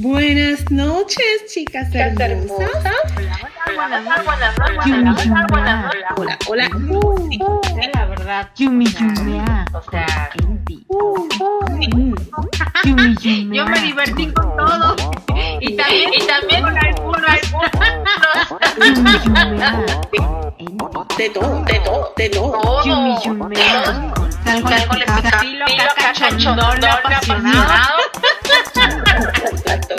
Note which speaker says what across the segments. Speaker 1: Buenas noches, chicas hermosas. Hola, hola.
Speaker 2: La verdad, Yumi Yumea. O sea,
Speaker 1: Mm.
Speaker 2: Yumi Yumea.
Speaker 3: Yo me divertí con todo. Y también, y también con algunos,
Speaker 2: Yumi Yumea.
Speaker 1: De todo, de todo, de todo.
Speaker 3: Oh.
Speaker 2: Yumi Yumea. Salgo al
Speaker 3: Con el picapilo, caca, cachondón, apasionado.
Speaker 1: Exacto.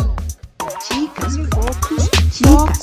Speaker 2: Chicas, focus, chicas,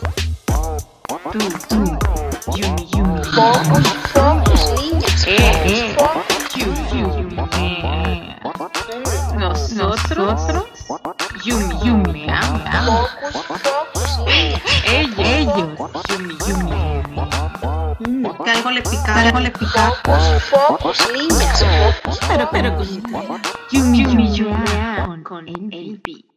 Speaker 2: Tú, tú, Yumi, Yumi. Eh, Yumi, Yumi. Nosotros, Yumi, Yumi. Ellos, ellos, Yumi, Yumi.
Speaker 1: Que algo le pica, algo le pica.
Speaker 2: Pero, pero, con Yumi, Yumi, Yumi. Con, con el beat.